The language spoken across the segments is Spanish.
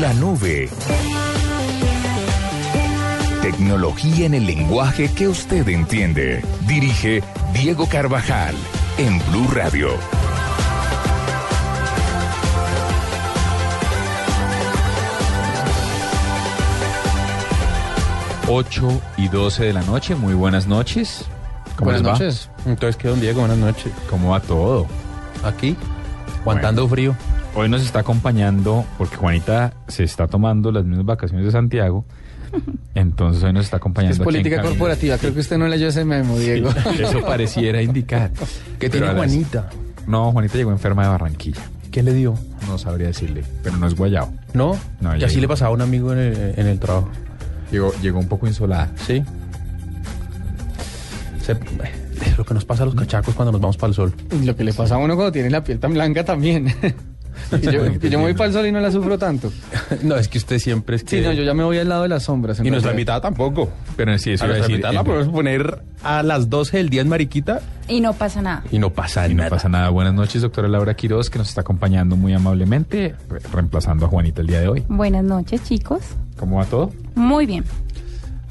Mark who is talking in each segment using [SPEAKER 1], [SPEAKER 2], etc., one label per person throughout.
[SPEAKER 1] La nube. Tecnología en el lenguaje que usted entiende. Dirige Diego Carvajal en Blue Radio.
[SPEAKER 2] Ocho y 12 de la noche, muy buenas noches. ¿Cómo
[SPEAKER 3] Buenas
[SPEAKER 2] les va?
[SPEAKER 3] noches. Entonces, ¿qué, don Diego? Buenas noches.
[SPEAKER 2] ¿Cómo va todo?
[SPEAKER 3] Aquí, aguantando frío.
[SPEAKER 2] Hoy nos está acompañando, porque Juanita se está tomando las mismas vacaciones de Santiago, entonces hoy nos está acompañando.
[SPEAKER 4] Es
[SPEAKER 2] aquí en
[SPEAKER 4] política
[SPEAKER 2] cabina.
[SPEAKER 4] corporativa, creo que usted no leyó ese memo, Diego.
[SPEAKER 2] Eso pareciera indicar.
[SPEAKER 3] ¿Qué tiene
[SPEAKER 2] Pero a las-
[SPEAKER 3] Juanita?
[SPEAKER 2] No, Juanita llegó enferma de Barranquilla.
[SPEAKER 3] ¿Qué le dio?
[SPEAKER 2] No sabría decirle, pero no es guayao.
[SPEAKER 3] No,
[SPEAKER 2] No,
[SPEAKER 3] y
[SPEAKER 2] ya
[SPEAKER 3] así
[SPEAKER 2] llegó.
[SPEAKER 3] le pasaba a un amigo en el, en el trabajo.
[SPEAKER 2] Llegó, llegó un poco insolada.
[SPEAKER 3] Sí. Se- es lo que nos pasa a los cachacos cuando nos vamos para el sol.
[SPEAKER 4] Y Lo que le pasa a uno cuando tiene la piel tan blanca también. Y yo, que yo me voy para el sol y no la sufro tanto.
[SPEAKER 3] no, es que usted siempre es que.
[SPEAKER 4] Sí, no, yo ya me voy al lado de las sombras. en
[SPEAKER 3] Y nuestra
[SPEAKER 4] realidad.
[SPEAKER 3] mitad tampoco.
[SPEAKER 2] Pero sí, eso
[SPEAKER 3] a
[SPEAKER 2] iba a
[SPEAKER 3] nuestra
[SPEAKER 2] decir,
[SPEAKER 3] mitad la
[SPEAKER 2] eh,
[SPEAKER 3] podemos poner a las 12 del día en Mariquita
[SPEAKER 5] Y no pasa nada.
[SPEAKER 3] y no pasa
[SPEAKER 2] Y no
[SPEAKER 3] nada.
[SPEAKER 2] pasa nada. Buenas noches, doctora Laura Quiroz, que nos está acompañando muy amablemente, re- reemplazando a Juanita el día de hoy.
[SPEAKER 5] Buenas noches, chicos.
[SPEAKER 2] ¿Cómo va todo?
[SPEAKER 5] Muy bien.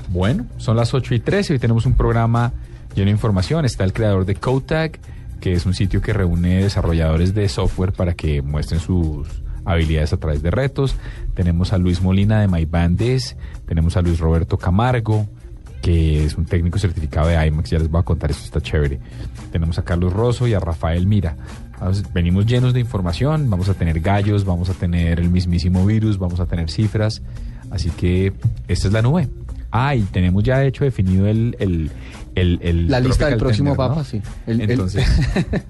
[SPEAKER 2] Bueno, son las 8 y 13. Hoy tenemos un programa lleno de información. Está el creador de Kotag, que es un sitio que reúne desarrolladores de software para que muestren sus habilidades a través de retos. Tenemos a Luis Molina de MyBandes. Tenemos a Luis Roberto Camargo, que es un técnico certificado de IMAX. Ya les voy a contar, eso está chévere. Tenemos a Carlos Rosso y a Rafael Mira. Vamos- Venimos llenos de información. Vamos a tener gallos, vamos a tener el mismísimo virus, vamos a tener cifras. Así que esta es la nube. Ah, y tenemos ya de hecho definido el... el, el, el
[SPEAKER 4] La lista del
[SPEAKER 2] Tropical
[SPEAKER 4] próximo
[SPEAKER 2] Tender, ¿no?
[SPEAKER 4] papa, sí. El- el-
[SPEAKER 2] Entonces,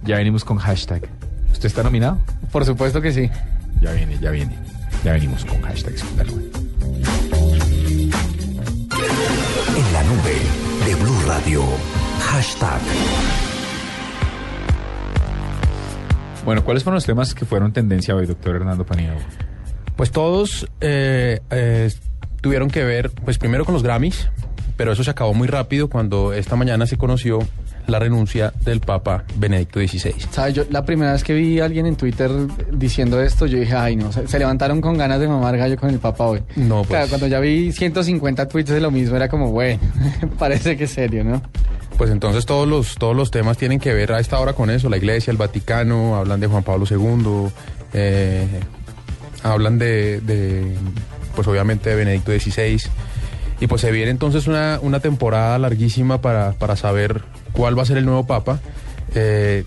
[SPEAKER 2] ya venimos con hashtag. ¿Usted está nominado?
[SPEAKER 4] Por supuesto que sí.
[SPEAKER 2] Ya viene, ya viene. Ya venimos con hashtag. sin duda alguna.
[SPEAKER 1] En la nube de Blue Radio. Hashtag.
[SPEAKER 2] Bueno, ¿cuáles fueron los temas que fueron tendencia hoy, doctor Hernando Paniagua?
[SPEAKER 3] Pues todos eh, eh, tuvieron que ver, pues primero con los Grammys, pero eso se acabó muy rápido cuando esta mañana se conoció la renuncia del Papa Benedicto XVI.
[SPEAKER 4] ¿Sabe? Yo, la primera vez que vi a alguien en Twitter diciendo esto, yo dije, ay no, se, se levantaron con ganas de mamar gallo con el papá hoy.
[SPEAKER 3] No, pues.
[SPEAKER 4] Claro, cuando ya vi 150 tweets de lo mismo, era como, bueno, parece que es serio, ¿no?
[SPEAKER 3] Pues entonces todos los, todos los temas tienen que ver a esta hora con eso, la Iglesia, el Vaticano, hablan de Juan Pablo II, eh, hablan de, de, pues obviamente de Benedicto XVI, y pues se viene entonces una, una temporada larguísima para, para saber cuál va a ser el nuevo Papa, eh,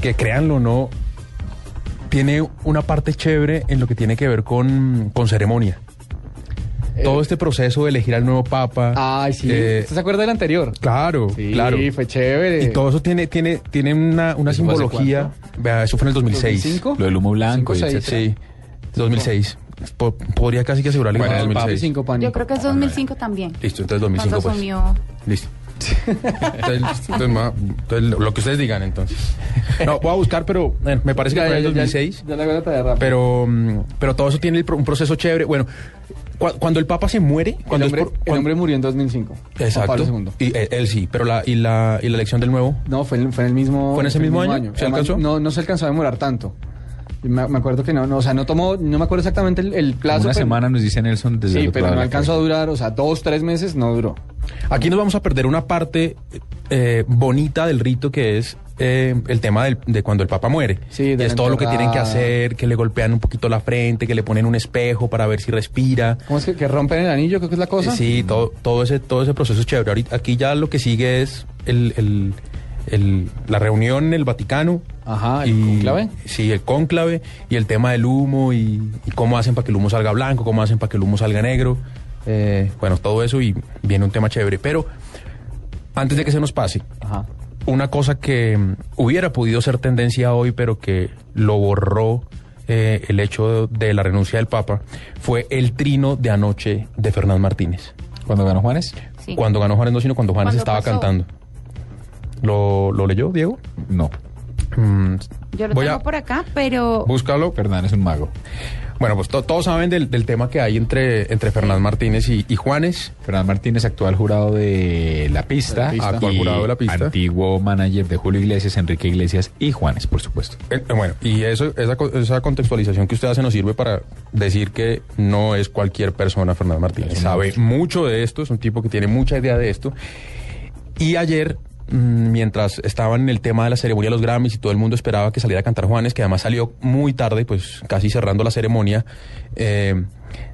[SPEAKER 3] que créanlo o no, tiene una parte chévere en lo que tiene que ver con, con ceremonia. Todo este proceso de elegir al nuevo Papa.
[SPEAKER 4] Eh, Ay, sí.
[SPEAKER 3] eh,
[SPEAKER 4] ¿Usted se acuerda del anterior?
[SPEAKER 3] Claro,
[SPEAKER 4] Sí,
[SPEAKER 3] claro.
[SPEAKER 4] fue chévere.
[SPEAKER 3] Y todo eso tiene, tiene, tiene una, una
[SPEAKER 4] ¿Eso fue hace
[SPEAKER 3] simbología. Vea, eso fue en el 2006.
[SPEAKER 4] 2005?
[SPEAKER 2] Lo del humo blanco,
[SPEAKER 4] Cinco, Pues seis.
[SPEAKER 2] y etcétera.
[SPEAKER 3] Sí, 2006. Po- podría casi que asegurarle que
[SPEAKER 2] Bueno,
[SPEAKER 3] fue
[SPEAKER 2] el
[SPEAKER 3] en 2006.
[SPEAKER 4] 2005, Pani.
[SPEAKER 5] Yo creo que es 2005 también.
[SPEAKER 3] Listo, entonces
[SPEAKER 5] Nos
[SPEAKER 3] 2005 pues.
[SPEAKER 5] asumió.
[SPEAKER 3] Listo. Entonces, entonces, ma- entonces, lo que ustedes digan entonces. No, voy a buscar, pero bueno, me parece que fue en el 2006.
[SPEAKER 4] Ya, la voy a traer rápido.
[SPEAKER 3] Pero, mm, pero todo eso tiene el pro- un proceso chévere. Bueno, cua- cuando el Papa se muere,
[SPEAKER 4] el,
[SPEAKER 3] cuando es
[SPEAKER 4] hombre,
[SPEAKER 3] por-
[SPEAKER 4] el
[SPEAKER 3] cuando-
[SPEAKER 4] hombre murió en 2005. Juan
[SPEAKER 3] Exacto.
[SPEAKER 4] Pablo II.
[SPEAKER 3] Y eh, él sí, pero la, y la, y la elección del nuevo.
[SPEAKER 4] No, fue en, fue en el mismo.
[SPEAKER 3] ¿Fue en ese
[SPEAKER 4] el
[SPEAKER 3] mismo año? ¿Se alcanzó?
[SPEAKER 4] No, no se alcanzó a demorar tanto. Y Me, me acuerdo que no, no, o sea, no tomó, no me acuerdo exactamente el, el
[SPEAKER 2] Como
[SPEAKER 4] plazo. pero-
[SPEAKER 2] Una semana nos dice Nelson desde el
[SPEAKER 4] Sí,
[SPEAKER 2] otro
[SPEAKER 4] pero
[SPEAKER 2] lado
[SPEAKER 4] no
[SPEAKER 2] de la
[SPEAKER 4] alcanzó a durar, o sea, dos, tres meses no duró.
[SPEAKER 3] Aquí nos vamos a perder una parte eh, bonita del rito que es eh, el tema del- de cuando el Papa muere.
[SPEAKER 4] Sí, de
[SPEAKER 3] Que
[SPEAKER 4] la
[SPEAKER 3] es todo lo que tienen que
[SPEAKER 4] enterrada.
[SPEAKER 3] hacer, que le golpean un poquito la frente, que le ponen un espejo para ver si respira.
[SPEAKER 4] ¿Cómo es que, que rompen el anillo? Creo que es la cosa.
[SPEAKER 3] Eh, sí, todo, todo, ese, todo ese proceso es chévere. Ahorita, aquí ya lo que sigue es el- el- el- la reunión en el Vaticano.
[SPEAKER 4] Ajá, Ah, el cónclave.
[SPEAKER 3] Sí, el cónclave y el tema del humo y, y cómo hacen para que el humo salga blanco, cómo hacen para que el humo salga negro. Eh, bueno, todo eso y viene un tema chévere. Pero antes de que se nos pase,
[SPEAKER 4] Ajá.
[SPEAKER 3] una cosa que mm, hubiera podido ser tendencia hoy, pero que lo borró eh, el hecho de, de la renuncia del Papa, fue el trino de anoche de Fernán Martínez.
[SPEAKER 2] calle. Cuando ganó Juanes,
[SPEAKER 5] Sí.
[SPEAKER 3] Cuando ganó Juanes, no, sino cuando Juanes
[SPEAKER 5] Cuando
[SPEAKER 3] estaba
[SPEAKER 5] pasó.
[SPEAKER 3] cantando. ¿Lo, lo leyó, Diego?
[SPEAKER 2] no.
[SPEAKER 3] Mm,
[SPEAKER 5] Yo lo
[SPEAKER 3] voy
[SPEAKER 5] tengo
[SPEAKER 3] a-
[SPEAKER 5] por acá, pero
[SPEAKER 3] Búscalo.
[SPEAKER 2] Fernán es un mago.
[SPEAKER 3] Bueno, pues to- todos saben del, del tema que hay entre, entre Fernán Martínez y, y Juanes.
[SPEAKER 2] Fernán Martínez, actual jurado de La Pista.
[SPEAKER 4] La Pista.
[SPEAKER 3] Actual
[SPEAKER 2] y
[SPEAKER 3] jurado de La Pista.
[SPEAKER 2] Antiguo manager de Julio Iglesias, Enrique Iglesias y Juanes, por supuesto.
[SPEAKER 3] Eh, bueno, y eso, esa, co- esa contextualización que usted hace nos sirve para decir que no es cualquier persona Fernando Martínez.
[SPEAKER 2] Es un
[SPEAKER 3] Sabe
[SPEAKER 2] monstruo.
[SPEAKER 3] mucho de esto, es un tipo que tiene mucha idea de esto. Y ayer, mm, mientras estaban en el tema de la ceremonia de los Grammys y todo el mundo esperaba que saliera a cantar Juanes, que además salió muy tarde, pues casi cerrando la ceremonia, eh,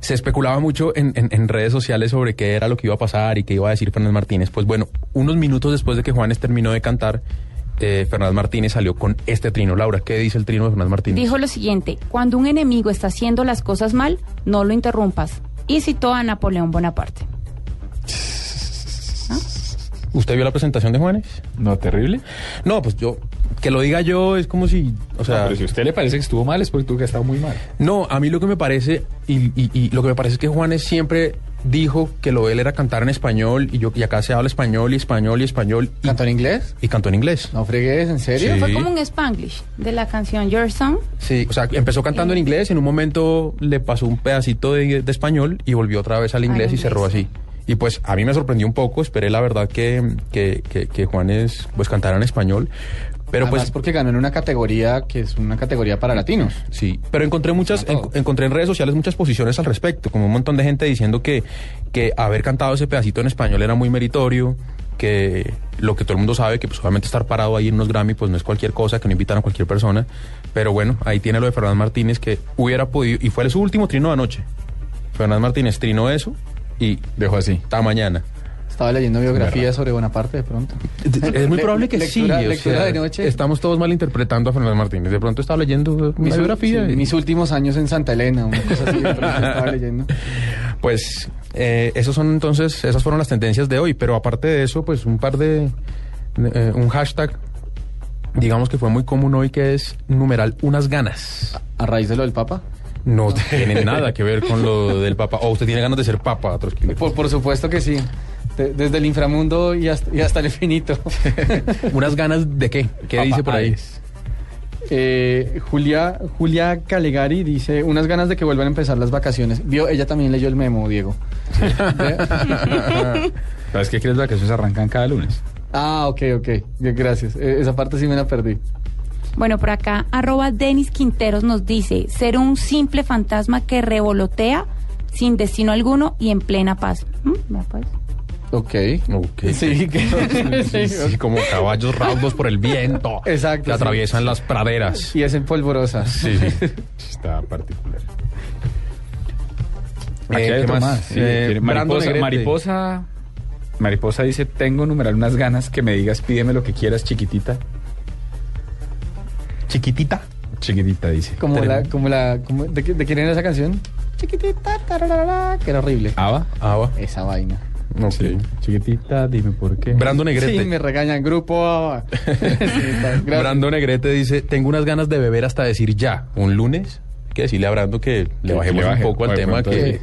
[SPEAKER 3] se especulaba mucho en, en- en redes sociales sobre qué era lo que iba a pasar y qué iba a decir Fernández Martínez. Pues bueno, unos minutos después de que Juanes terminó de cantar, eh, Fernández Martínez salió con este trino. Laura, ¿qué dice el trino de Fernández Martínez?
[SPEAKER 5] Dijo lo siguiente, cuando un enemigo está haciendo las cosas mal, no lo interrumpas. Y citó a Napoleón Bonaparte.
[SPEAKER 3] ¿Usted vio la presentación de Juanes?
[SPEAKER 2] ¿No terrible?
[SPEAKER 3] No, pues yo, que lo diga yo es como si, o sea...
[SPEAKER 2] Ah, Pero si a usted le parece que estuvo mal, es porque tú que has estado muy mal.
[SPEAKER 3] No, a mí lo que me parece, y, y- y lo que me parece es que Juanes siempre dijo que lo de él era cantar en español, y yo y acá se habla español y español y español, y,
[SPEAKER 4] ¿Cantó en inglés?
[SPEAKER 3] y cantó en inglés.
[SPEAKER 4] No fregues, ¿en serio?
[SPEAKER 3] Sí.
[SPEAKER 5] Fue como un spanglish de la canción Your Song.
[SPEAKER 3] Sí, o sea, empezó cantando en inglés, en un momento le pasó un pedacito de, de español y volvió otra vez al inglés y
[SPEAKER 5] inglés.
[SPEAKER 3] cerró así. Y pues a mí me sorprendió un poco, esperé la verdad que, que, que- que Juanes pues cantara en español, pero
[SPEAKER 4] Además,
[SPEAKER 3] pues...
[SPEAKER 4] porque ganó en una categoría que es una categoría para latinos.
[SPEAKER 3] Sí, pero encontré muchas,
[SPEAKER 4] Funciona todo.
[SPEAKER 3] en- encontré en redes sociales muchas posiciones al respecto, como un montón de gente diciendo que, que haber cantado ese pedacito en español era muy meritorio, que lo que todo el mundo sabe, que pues obviamente estar parado ahí en unos Grammy, pues no es cualquier cosa, que no invitan a cualquier persona, pero bueno, ahí tiene lo de Fernández Martínez, que hubiera podido, y fue su último trino de anoche. Fernández Martínez trinó eso y
[SPEAKER 2] Dejó así.
[SPEAKER 3] hasta mañana.
[SPEAKER 4] Estaba leyendo biografías
[SPEAKER 2] Verdad.
[SPEAKER 4] sobre Bonaparte de pronto.
[SPEAKER 3] Es muy
[SPEAKER 4] Le-
[SPEAKER 3] probable que
[SPEAKER 4] lectura-
[SPEAKER 3] sí. o
[SPEAKER 4] lectura
[SPEAKER 3] sea,
[SPEAKER 4] de noche.
[SPEAKER 3] Estamos todos malinterpretando a Fernández Martínez. De pronto estaba leyendo una
[SPEAKER 4] Mis,
[SPEAKER 3] biografía.
[SPEAKER 4] sí,
[SPEAKER 3] y-
[SPEAKER 4] mis últimos años en Santa Elena, una cosa así, de pronto estaba leyendo.
[SPEAKER 3] Pues eh, esos son entonces, esas fueron las tendencias de hoy, pero aparte de eso, pues un par de, de, eh, un hashtag, digamos que fue muy común hoy, que es numeral unas ganas.
[SPEAKER 4] A raíz de lo del Papa.
[SPEAKER 3] No tiene nada que ver con lo del papa. O usted tiene ganas de ser papa, Trotsky.
[SPEAKER 4] Por, por supuesto que sí. De- desde el inframundo y hasta, y hasta el infinito.
[SPEAKER 3] ¿Unas ganas de qué? ¿Qué dice por ahí?
[SPEAKER 4] Papayes. Eh, Julia, Julia Calegari dice, unas ganas de que vuelvan a empezar las vacaciones. Vio, ella también leyó el memo, Diego.
[SPEAKER 2] ¿Sabes qué? Que las vacaciones arrancan cada lunes.
[SPEAKER 4] Ah, ok, ok. Bien, Gracias. Eh, esa parte sí me la perdí.
[SPEAKER 5] Bueno, por acá, arroba Denis Quinteros nos dice, ser un simple fantasma que revolotea sin destino alguno y en plena paz. ¿Mm? Vea, pues.
[SPEAKER 4] Ok.
[SPEAKER 3] Ok.
[SPEAKER 4] Sí, que-
[SPEAKER 3] Sí, sí, como caballos raudos por el viento.
[SPEAKER 4] Exacto,
[SPEAKER 3] Que
[SPEAKER 4] sí.
[SPEAKER 3] atraviesan las praderas.
[SPEAKER 4] Y es en polvorosa.
[SPEAKER 3] Sí, sí.
[SPEAKER 2] Está particular.
[SPEAKER 3] Eh, ¿qué más? Eh, Brando
[SPEAKER 2] mariposa,
[SPEAKER 3] Negrete.
[SPEAKER 2] mariposa, mariposa dice, tengo numeral unas ganas que me digas, pídeme lo que quieras, chiquitita.
[SPEAKER 3] Chiquitita.
[SPEAKER 2] Chiquitita, dice.
[SPEAKER 4] Como la, como la, como- ¿de, qué- de quién era esa canción? Chiquitita, tararara, que era horrible.
[SPEAKER 2] ¿Ava?
[SPEAKER 3] Ah, va.
[SPEAKER 4] Esa vaina.
[SPEAKER 3] Ok.
[SPEAKER 2] Sí. Chiquitita, dime por qué.
[SPEAKER 3] Brando Negrete.
[SPEAKER 4] Sí, me regañan, grupo. Sí, está- gracias.
[SPEAKER 3] Brando Negrete dice, tengo unas ganas de beber hasta decir ya, un lunes. Hay que decirle a Brando que le
[SPEAKER 2] le
[SPEAKER 3] bajemos
[SPEAKER 2] baje,
[SPEAKER 3] un poco al
[SPEAKER 2] de
[SPEAKER 3] tema,
[SPEAKER 2] pronto
[SPEAKER 3] que,
[SPEAKER 2] sí.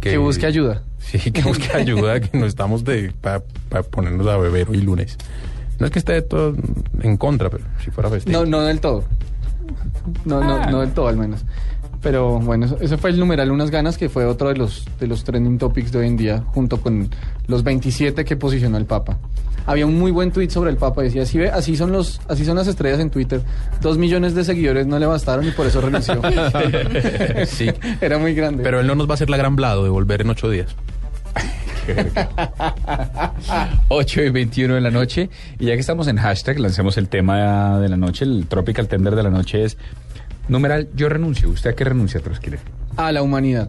[SPEAKER 4] que busque ayuda.
[SPEAKER 3] Sí, que busque ayuda, que no estamos de para ponernos a beber hoy lunes. No es que esté todo en contra, pero si fuera festivo.
[SPEAKER 4] No, no del todo. No, no, no del todo al menos. Pero bueno, eso- ese fue el numeral Unas Ganas, que fue otro de los, de los trending topics de hoy en día, junto con los 27 que posicionó el Papa. Había un muy buen tweet sobre el Papa, decía, así, ve, así, son los, así son las estrellas en Twitter. Dos millones de seguidores no le bastaron y por eso renunció.
[SPEAKER 3] Sí.
[SPEAKER 4] Era muy grande.
[SPEAKER 3] Pero él no nos va a hacer la gran blado de volver en ocho días.
[SPEAKER 2] 8 y 21 de la noche. Y ya que estamos en hashtag, lancemos el tema de la noche. El Tropical Tender de la noche es numeral yo renuncio. ¿Usted a qué renuncia, Trosquile?
[SPEAKER 4] A la humanidad.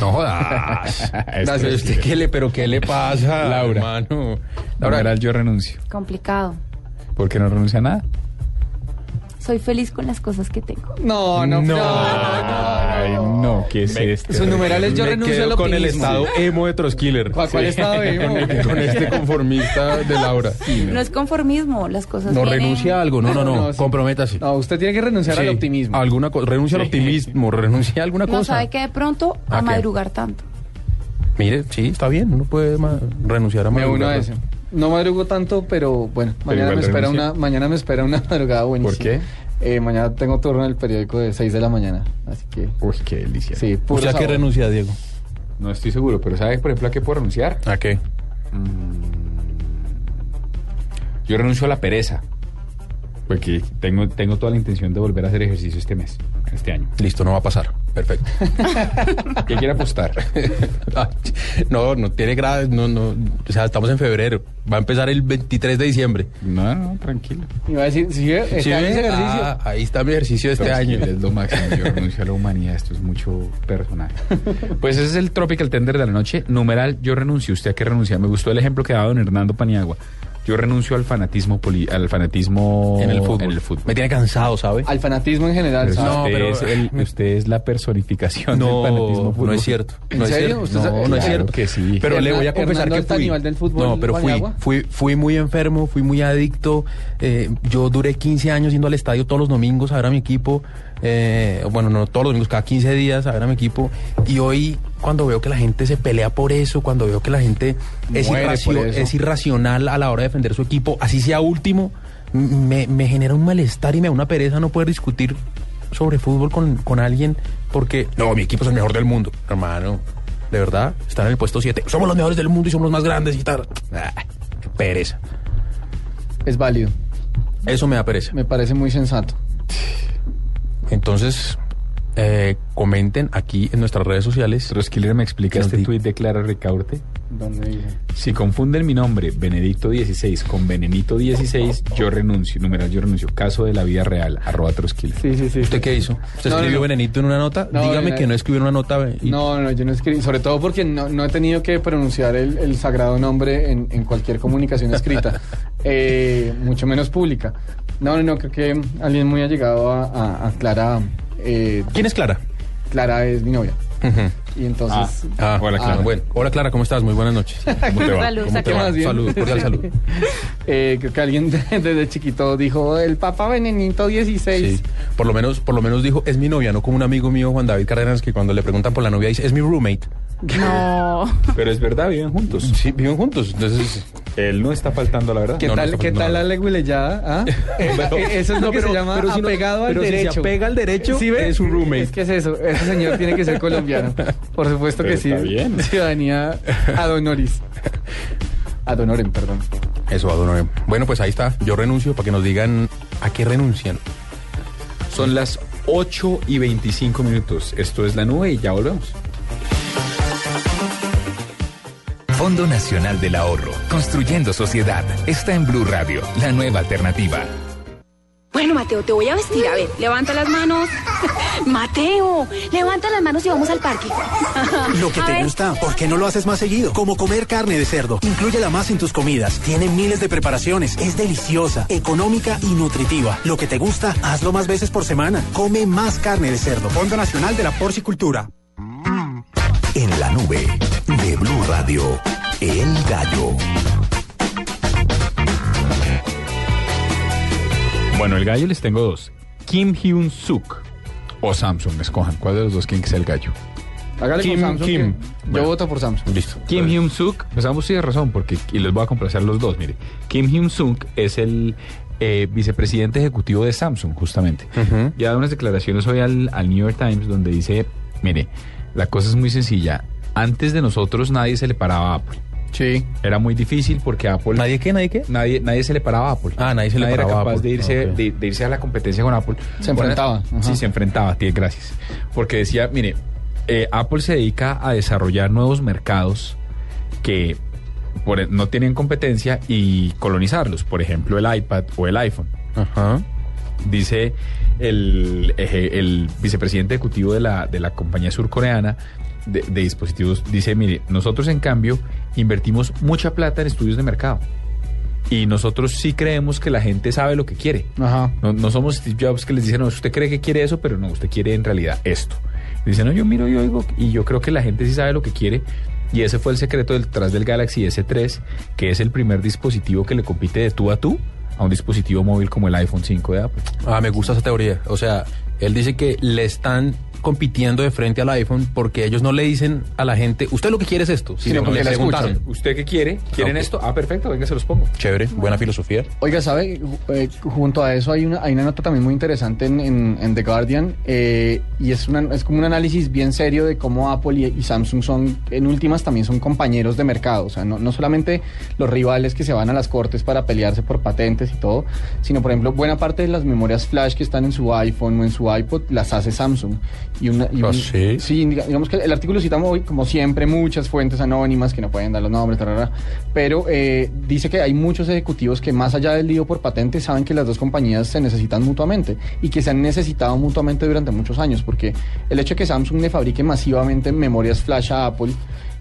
[SPEAKER 3] No jodas. Pero
[SPEAKER 2] Trosquile.
[SPEAKER 3] usted, ¿qué le, pero qué le pasa,
[SPEAKER 2] Laura.
[SPEAKER 3] hermano?
[SPEAKER 2] Numeral yo renuncio.
[SPEAKER 5] Complicado.
[SPEAKER 2] ¿Por qué no renuncia a nada?
[SPEAKER 5] Soy feliz con las cosas que tengo.
[SPEAKER 4] No, no,
[SPEAKER 3] No.
[SPEAKER 2] Ay, no, ¿qué es esto?
[SPEAKER 4] Su numeral es yo
[SPEAKER 3] me
[SPEAKER 4] renuncio
[SPEAKER 3] quedo
[SPEAKER 4] al
[SPEAKER 3] con el
[SPEAKER 4] optimismo.
[SPEAKER 3] estado emo de Troskiller.
[SPEAKER 4] ¿Cuál, cuál estado de-
[SPEAKER 3] con este conformista de Laura.
[SPEAKER 5] No es conformismo, las cosas
[SPEAKER 3] No
[SPEAKER 5] vienen-
[SPEAKER 3] renuncia a algo, no, no, no,
[SPEAKER 4] No, no, sí.
[SPEAKER 3] comprométase.
[SPEAKER 4] No, usted tiene que renunciar al
[SPEAKER 3] Sí,
[SPEAKER 4] optimismo.
[SPEAKER 3] Alguna co- renuncia al optimismo, renuncia a alguna
[SPEAKER 5] No
[SPEAKER 3] cosa.
[SPEAKER 5] sabe que de pronto
[SPEAKER 3] ¿A
[SPEAKER 5] a
[SPEAKER 3] qué?
[SPEAKER 5] madrugar tanto.
[SPEAKER 3] Mire, sí, está bien, uno puede ma- renunciar a
[SPEAKER 4] Me uno
[SPEAKER 3] madrugar.
[SPEAKER 4] a ese. No madrugo tanto, pero bueno, mañana
[SPEAKER 2] igual
[SPEAKER 4] me espera
[SPEAKER 2] renuncia.
[SPEAKER 4] una mañana me espera una madrugada buenísima.
[SPEAKER 2] qué?
[SPEAKER 4] Eh, mañana tengo turno en el periódico de 6 de la mañana, así que...
[SPEAKER 2] Uy, qué delicia.
[SPEAKER 4] Sí, puro
[SPEAKER 3] ¿Usted a qué
[SPEAKER 4] sabor.
[SPEAKER 3] renuncia, Diego?
[SPEAKER 2] No estoy seguro, pero ¿sabes, por ejemplo, a qué puedo renunciar? Mm.
[SPEAKER 6] ¿A qué?
[SPEAKER 2] Yo renuncio a la pereza. Porque tengo, tengo toda la intención de volver a hacer ejercicio este mes, este año.
[SPEAKER 6] Listo, no va a pasar. Perfecto.
[SPEAKER 2] ¿Qué quiere apostar?
[SPEAKER 6] no, no tiene graves, no, no. O sea, estamos en febrero. Va a empezar el 23 de diciembre.
[SPEAKER 2] No, no, tranquilo.
[SPEAKER 4] Iba a decir, sí, eh,
[SPEAKER 6] ¿Sí
[SPEAKER 4] está
[SPEAKER 6] ve?
[SPEAKER 4] bien ese ejercicio.
[SPEAKER 6] Ah, ahí está mi ejercicio de este año.
[SPEAKER 2] Es lo máximo. Yo renuncio a la humanidad. Esto es mucho personaje. Pues ese es el Tropical Tender de la noche. Numeral, yo renuncio. ¿Usted a qué renuncia? Me gustó el ejemplo que ha dado don Hernando Paniagua. Yo renuncio al fanatismo, poli- al fanatismo
[SPEAKER 6] En el
[SPEAKER 3] Oh,
[SPEAKER 6] fútbol.
[SPEAKER 2] En el fútbol.
[SPEAKER 3] Me tiene cansado, ¿sabe?
[SPEAKER 4] Al fanatismo en general,
[SPEAKER 2] Pero
[SPEAKER 4] ¿sabes?
[SPEAKER 6] No,
[SPEAKER 2] usted,
[SPEAKER 6] pero-
[SPEAKER 2] es el- usted es la personificación
[SPEAKER 3] No,
[SPEAKER 2] del fanatismo
[SPEAKER 3] no
[SPEAKER 2] fútbol.
[SPEAKER 3] es cierto.
[SPEAKER 4] ¿En
[SPEAKER 3] no es
[SPEAKER 4] serio?
[SPEAKER 3] cierto.
[SPEAKER 4] ¿Usted
[SPEAKER 3] No,
[SPEAKER 4] sabe-
[SPEAKER 3] no es
[SPEAKER 2] Claro
[SPEAKER 3] cierto.
[SPEAKER 2] que sí.
[SPEAKER 3] Pero le
[SPEAKER 4] Hernando-
[SPEAKER 3] voy a confesar
[SPEAKER 4] Hernando
[SPEAKER 3] que
[SPEAKER 4] está a
[SPEAKER 3] fui.
[SPEAKER 4] nivel del fútbol
[SPEAKER 3] no, pero fui,
[SPEAKER 4] Paniagua.
[SPEAKER 3] fui, fui muy enfermo, fui muy adicto. eh, yo duré 15 años yendo al estadio todos los domingos a ver a mi equipo. eh, bueno, no todos los domingos, cada 15 días a ver a mi equipo. Y hoy, cuando veo que la gente se pelea por eso, cuando veo que la gente es,
[SPEAKER 4] Muere por
[SPEAKER 3] irracio-
[SPEAKER 4] eso.
[SPEAKER 3] es irracional a la hora de defender su equipo, así sea último, me, me genera un malestar y me da una pereza no poder discutir sobre fútbol con, con alguien porque no, mi equipo es el mejor del mundo, hermano. De verdad, están en el puesto 7. Somos los mejores del mundo y somos los más grandes y tal. Ah, qué pereza.
[SPEAKER 4] Es válido.
[SPEAKER 3] Eso me da pereza.
[SPEAKER 4] Me parece muy sensato.
[SPEAKER 3] Entonces, eh, comenten aquí en nuestras redes sociales.
[SPEAKER 2] Pero Skiller me explica
[SPEAKER 3] Que nos
[SPEAKER 2] este
[SPEAKER 3] diga.
[SPEAKER 2] tuit de Clara Ricaurte.
[SPEAKER 4] Donde dice.
[SPEAKER 2] Si confunden mi nombre, Benedicto 16, con Venenito 16, yo renuncio. Numeral, yo renuncio. Caso de la vida real, arroba Troskiller.
[SPEAKER 4] Sí, sí, sí.
[SPEAKER 3] ¿Usted qué hizo? ¿Usted
[SPEAKER 4] No,
[SPEAKER 3] escribió
[SPEAKER 4] no, no.
[SPEAKER 3] venenito en una nota?
[SPEAKER 4] No,
[SPEAKER 3] Dígame
[SPEAKER 4] no,
[SPEAKER 3] que
[SPEAKER 4] no.
[SPEAKER 3] no escribió en una nota. y-
[SPEAKER 4] No, no, yo no escribí. Sobre todo porque no, no he tenido que pronunciar el, el sagrado nombre en, en cualquier comunicación escrita, eh, mucho menos pública. No, no, no, creo que alguien muy allegado a, a- a Clara. eh,
[SPEAKER 3] ¿Quién es Clara?
[SPEAKER 4] Clara es mi novia. Y entonces.
[SPEAKER 3] Ah,
[SPEAKER 2] hola, Clara.
[SPEAKER 3] bueno. Hola, Clara, ¿cómo estás? Muy buenas noches. ¿Cómo te va?
[SPEAKER 7] Salud,
[SPEAKER 3] ¿Cómo te
[SPEAKER 7] saca
[SPEAKER 3] va?
[SPEAKER 4] más bien.
[SPEAKER 3] Salud, cordial salud.
[SPEAKER 4] eh, creo que alguien de- desde chiquito dijo: el Papa Benenito XVI.
[SPEAKER 3] Sí. Por lo menos, por lo menos dijo, es mi novia, no como un amigo mío, Juan David Cárdenas, que cuando le preguntan por la novia dice, es mi roommate.
[SPEAKER 7] No.
[SPEAKER 2] Pero es verdad, viven juntos.
[SPEAKER 3] Sí, viven juntos. Entonces,
[SPEAKER 4] Ah,
[SPEAKER 2] Él no está faltando, la verdad.
[SPEAKER 4] ¿Qué
[SPEAKER 3] No, no
[SPEAKER 4] tal,
[SPEAKER 3] está
[SPEAKER 4] ¿qué
[SPEAKER 3] pasando
[SPEAKER 4] tal la
[SPEAKER 3] nada.
[SPEAKER 4] legüileyada? ¿Ah? Eh, Eso es lo que se llama apegado al derecho.
[SPEAKER 3] al derecho,
[SPEAKER 4] ¿Sí ve?
[SPEAKER 3] es un roommate.
[SPEAKER 4] Es que es eso. Ese señor tiene que ser colombiano. Por supuesto
[SPEAKER 2] Pero
[SPEAKER 4] que sí.
[SPEAKER 2] está bien.
[SPEAKER 4] Ciudadanía ad honoris. Ad honorem, perdón.
[SPEAKER 3] Eso, Adonai. Bueno, pues ahí está. Yo renuncio para que nos digan a qué renuncian.
[SPEAKER 2] Son las 8 y 25 minutos. Esto es La Nube y ya volvemos.
[SPEAKER 1] Fondo Nacional del Ahorro, construyendo sociedad, está en Blue Radio, la nueva alternativa.
[SPEAKER 5] Bueno, Mateo, te voy a vestir. A ver, levanta las manos. Mateo, levanta las manos y vamos al parque.
[SPEAKER 8] Lo que
[SPEAKER 5] A
[SPEAKER 8] te
[SPEAKER 5] ver.
[SPEAKER 8] gusta, ¿por qué no lo haces más seguido? Como comer carne de cerdo. Inclúyela más en tus comidas. Tiene miles de preparaciones. Es deliciosa, económica y nutritiva. Lo que te gusta, hazlo más veces por semana. Come más carne de cerdo. Fondo Nacional de la Porcicultura.
[SPEAKER 1] En la nube de Blue Radio, El Gallo.
[SPEAKER 2] Bueno, el gallo les tengo dos. Kim Hyun Suk o Samsung, escojan. ¿Cuál de los dos quieren que sea el gallo?
[SPEAKER 4] Hágale
[SPEAKER 2] Kim,
[SPEAKER 4] con Samsung.
[SPEAKER 2] Kim.
[SPEAKER 4] que- Yo
[SPEAKER 2] Bueno.
[SPEAKER 4] voto por Samsung.
[SPEAKER 3] Listo.
[SPEAKER 2] Kim Hyun Suk, pues ambos tienen razón, porque y les voy a complacer los dos. Mire, Kim Hyun Suk es el eh, vicepresidente ejecutivo de Samsung, justamente.
[SPEAKER 3] Ujú.
[SPEAKER 2] Ya da unas declaraciones hoy al, al New York Times donde dice: Mire, la cosa es muy sencilla. Antes de nosotros nadie se le paraba a Apple.
[SPEAKER 4] Sí.
[SPEAKER 2] Era muy difícil porque Apple.
[SPEAKER 3] ¿Nadie qué? ¿Nadie qué?
[SPEAKER 2] Nadie, nadie se le paraba a Apple.
[SPEAKER 3] Ah, nadie se le
[SPEAKER 2] era
[SPEAKER 3] paraba a
[SPEAKER 2] capaz
[SPEAKER 3] Apple.
[SPEAKER 2] de irse
[SPEAKER 3] Ok.
[SPEAKER 2] de, de irse a la competencia con Apple.
[SPEAKER 4] Se enfrentaba,
[SPEAKER 2] Bueno,
[SPEAKER 4] ajá.
[SPEAKER 2] sí, se enfrentaba, tío, gracias. Porque decía, mire, eh, Apple se dedica a desarrollar nuevos mercados que por- no tienen competencia y colonizarlos. Por ejemplo, el iPad o el iPhone.
[SPEAKER 3] Ajá.
[SPEAKER 2] Dice el, eje- el vicepresidente ejecutivo de la, de la compañía surcoreana de, de dispositivos, dice, mire, nosotros en cambio invertimos mucha plata en estudios de mercado. Y nosotros sí creemos que la gente sabe lo que quiere.
[SPEAKER 4] Ajá.
[SPEAKER 2] No, no somos Steve Jobs que les dicen, no, usted cree que quiere eso, pero no, usted quiere en realidad esto. Dicen, no, yo miro y oigo, y yo creo que la gente sí sabe lo que quiere. Y ese fue el secreto detrás del Galaxy S3, que es el primer dispositivo que le compite de tú a tú a un dispositivo móvil como el iPhone 5 de Apple.
[SPEAKER 3] Ah, me gusta esa teoría. O sea, él dice que le están
[SPEAKER 9] compitiendo de frente al iPhone porque ellos no le dicen a la gente, usted lo que quiere es esto,
[SPEAKER 4] Sino porque la escuchan.
[SPEAKER 2] ¿Usted qué quiere? ¿Quieren
[SPEAKER 9] ok.
[SPEAKER 2] esto? Ah, perfecto, venga, se los pongo.
[SPEAKER 9] Chévere, buena filosofía.
[SPEAKER 4] Oiga, ¿sabe? Eh, junto a eso hay una, hay una nota también muy interesante en, en- en The Guardian eh, y es, una- es como un análisis bien serio de cómo Apple y, y Samsung son, en últimas, también son compañeros de mercado. O sea, no, no solamente los rivales que se van a las cortes para pelearse por patentes y todo, sino, por ejemplo, buena parte de las memorias flash que están en su iPhone o en su iPod las hace Samsung. Y una, y
[SPEAKER 3] Ah,
[SPEAKER 4] un-
[SPEAKER 3] ¿sí?
[SPEAKER 4] Sí, diga- digamos que el artículo cita muy- como siempre muchas fuentes anónimas que no pueden dar los nombres, tarara, pero eh, dice que hay muchos ejecutivos que más allá del lío por patente saben que las dos compañías se necesitan mutuamente y que se han necesitado mutuamente durante muchos años, porque el hecho de que Samsung le fabrique masivamente memorias flash a Apple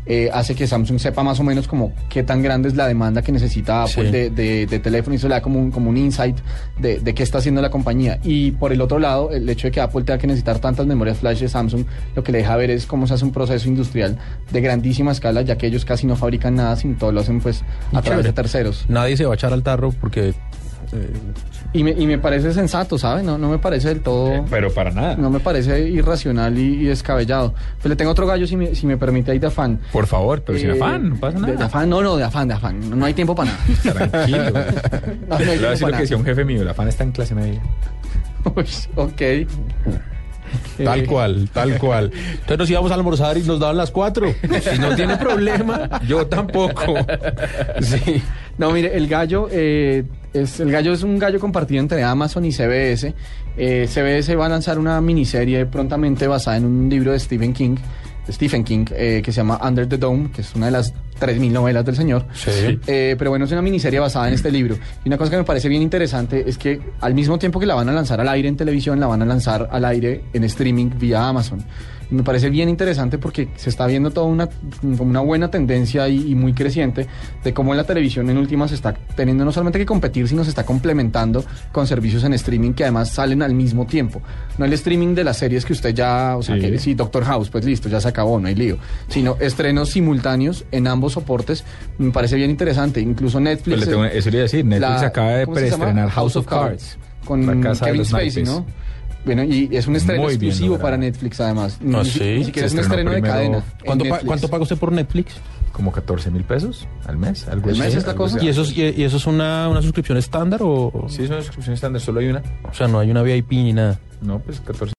[SPEAKER 4] eh, hace que Samsung sepa más o menos como qué tan grande es la demanda que necesita Apple
[SPEAKER 9] Sí.
[SPEAKER 4] de, de, de teléfono y eso le da como un, como un insight de, de qué está haciendo la compañía. Y por el otro lado, el hecho de que Apple tenga que necesitar tantas memorias flash de Samsung, lo que le deja ver es cómo se hace un proceso industrial de grandísima escala, ya que ellos casi no fabrican nada, sino todo lo hacen pues a
[SPEAKER 9] Y
[SPEAKER 4] través
[SPEAKER 9] chévere.
[SPEAKER 4] de terceros.
[SPEAKER 9] Nadie se va a echar al tarro porque eh,
[SPEAKER 4] Y me, y me parece sensato, ¿sabe? No, no me parece del todo...
[SPEAKER 2] Pero para nada.
[SPEAKER 4] No me parece irracional y, y descabellado. Pero le tengo otro gallo, si me, si me permite, ahí de afán.
[SPEAKER 2] Por favor, pero sin
[SPEAKER 4] Eh,
[SPEAKER 2] afán, no pasa
[SPEAKER 4] de-
[SPEAKER 2] nada.
[SPEAKER 4] De, afán, no, no, de afán, de afán. No, no hay tiempo para nada.
[SPEAKER 2] Tranquilo. Le
[SPEAKER 4] No, no hay
[SPEAKER 2] voy a
[SPEAKER 4] tiempo
[SPEAKER 2] decir
[SPEAKER 4] para
[SPEAKER 2] lo que
[SPEAKER 4] nada.
[SPEAKER 2] decía un jefe mío, el afán está en clase media.
[SPEAKER 4] Uy, ok.
[SPEAKER 9] tal
[SPEAKER 4] Eh,
[SPEAKER 9] cual, tal cual. Entonces nos íbamos a almorzar y nos daban las cuatro. Si no tiene problema, yo tampoco. Sí.
[SPEAKER 4] No, mire, el gallo, eh, es, el gallo es un gallo compartido entre Amazon y CBS. Eh, CBS va a lanzar una miniserie prontamente basada en un libro de Stephen King, de Stephen King, eh, que se llama Under the Dome, que es una de las 3.000 novelas del señor.
[SPEAKER 9] Sí.
[SPEAKER 4] Eh, pero bueno, es una miniserie basada en este libro. Y una cosa que me parece bien interesante es que al mismo tiempo que la van a lanzar al aire en televisión, la van a lanzar al aire en streaming vía Amazon. Y Me parece bien interesante porque se está viendo toda una, como una buena tendencia y, y muy creciente de cómo la televisión en últimas está teniendo no solamente que competir, sino se está complementando con servicios en streaming que además salen al mismo tiempo. No el streaming de las series que usted ya, o sea,
[SPEAKER 2] Sí.
[SPEAKER 4] que sí, Doctor House, pues listo, ya se acabó, no hay lío. Sino estrenos simultáneos en ambos soportes, me parece bien interesante. Incluso
[SPEAKER 2] Pues
[SPEAKER 4] Netflix.
[SPEAKER 2] le tengo-
[SPEAKER 4] eh,
[SPEAKER 2] eso le iba a decir, Netflix
[SPEAKER 4] la-
[SPEAKER 2] acaba de
[SPEAKER 4] ¿cómo se llama?
[SPEAKER 2] preestrenar House of Cards.
[SPEAKER 4] con
[SPEAKER 2] La casa de
[SPEAKER 4] Kevin
[SPEAKER 2] los
[SPEAKER 4] Spacey,
[SPEAKER 2] naipes.
[SPEAKER 4] ¿no? Bueno, y es un estreno
[SPEAKER 2] Muy bien
[SPEAKER 4] exclusivo
[SPEAKER 2] logrado.
[SPEAKER 4] para Netflix, además. Ni-
[SPEAKER 9] Ah,
[SPEAKER 4] ni si-
[SPEAKER 9] ¿sí?
[SPEAKER 4] Ni siquiera
[SPEAKER 2] Se
[SPEAKER 4] es un estreno
[SPEAKER 2] estrenó
[SPEAKER 4] de
[SPEAKER 2] primero-
[SPEAKER 4] cadena. en
[SPEAKER 9] ¿Cuánto, pa-
[SPEAKER 4] Netflix.
[SPEAKER 9] ¿Cuánto paga usted por Netflix?
[SPEAKER 2] Como 14 mil pesos al mes. Algo
[SPEAKER 4] ¿Al
[SPEAKER 2] así,
[SPEAKER 4] mes es la
[SPEAKER 2] algo
[SPEAKER 4] cosa?
[SPEAKER 2] así.
[SPEAKER 9] ¿Y eso, es- y, y eso es una, una suscripción estándar o...?
[SPEAKER 2] Sí, es una suscripción estándar, solo hay una.
[SPEAKER 9] O sea, no hay una VIP ni nada.
[SPEAKER 2] No, pues 14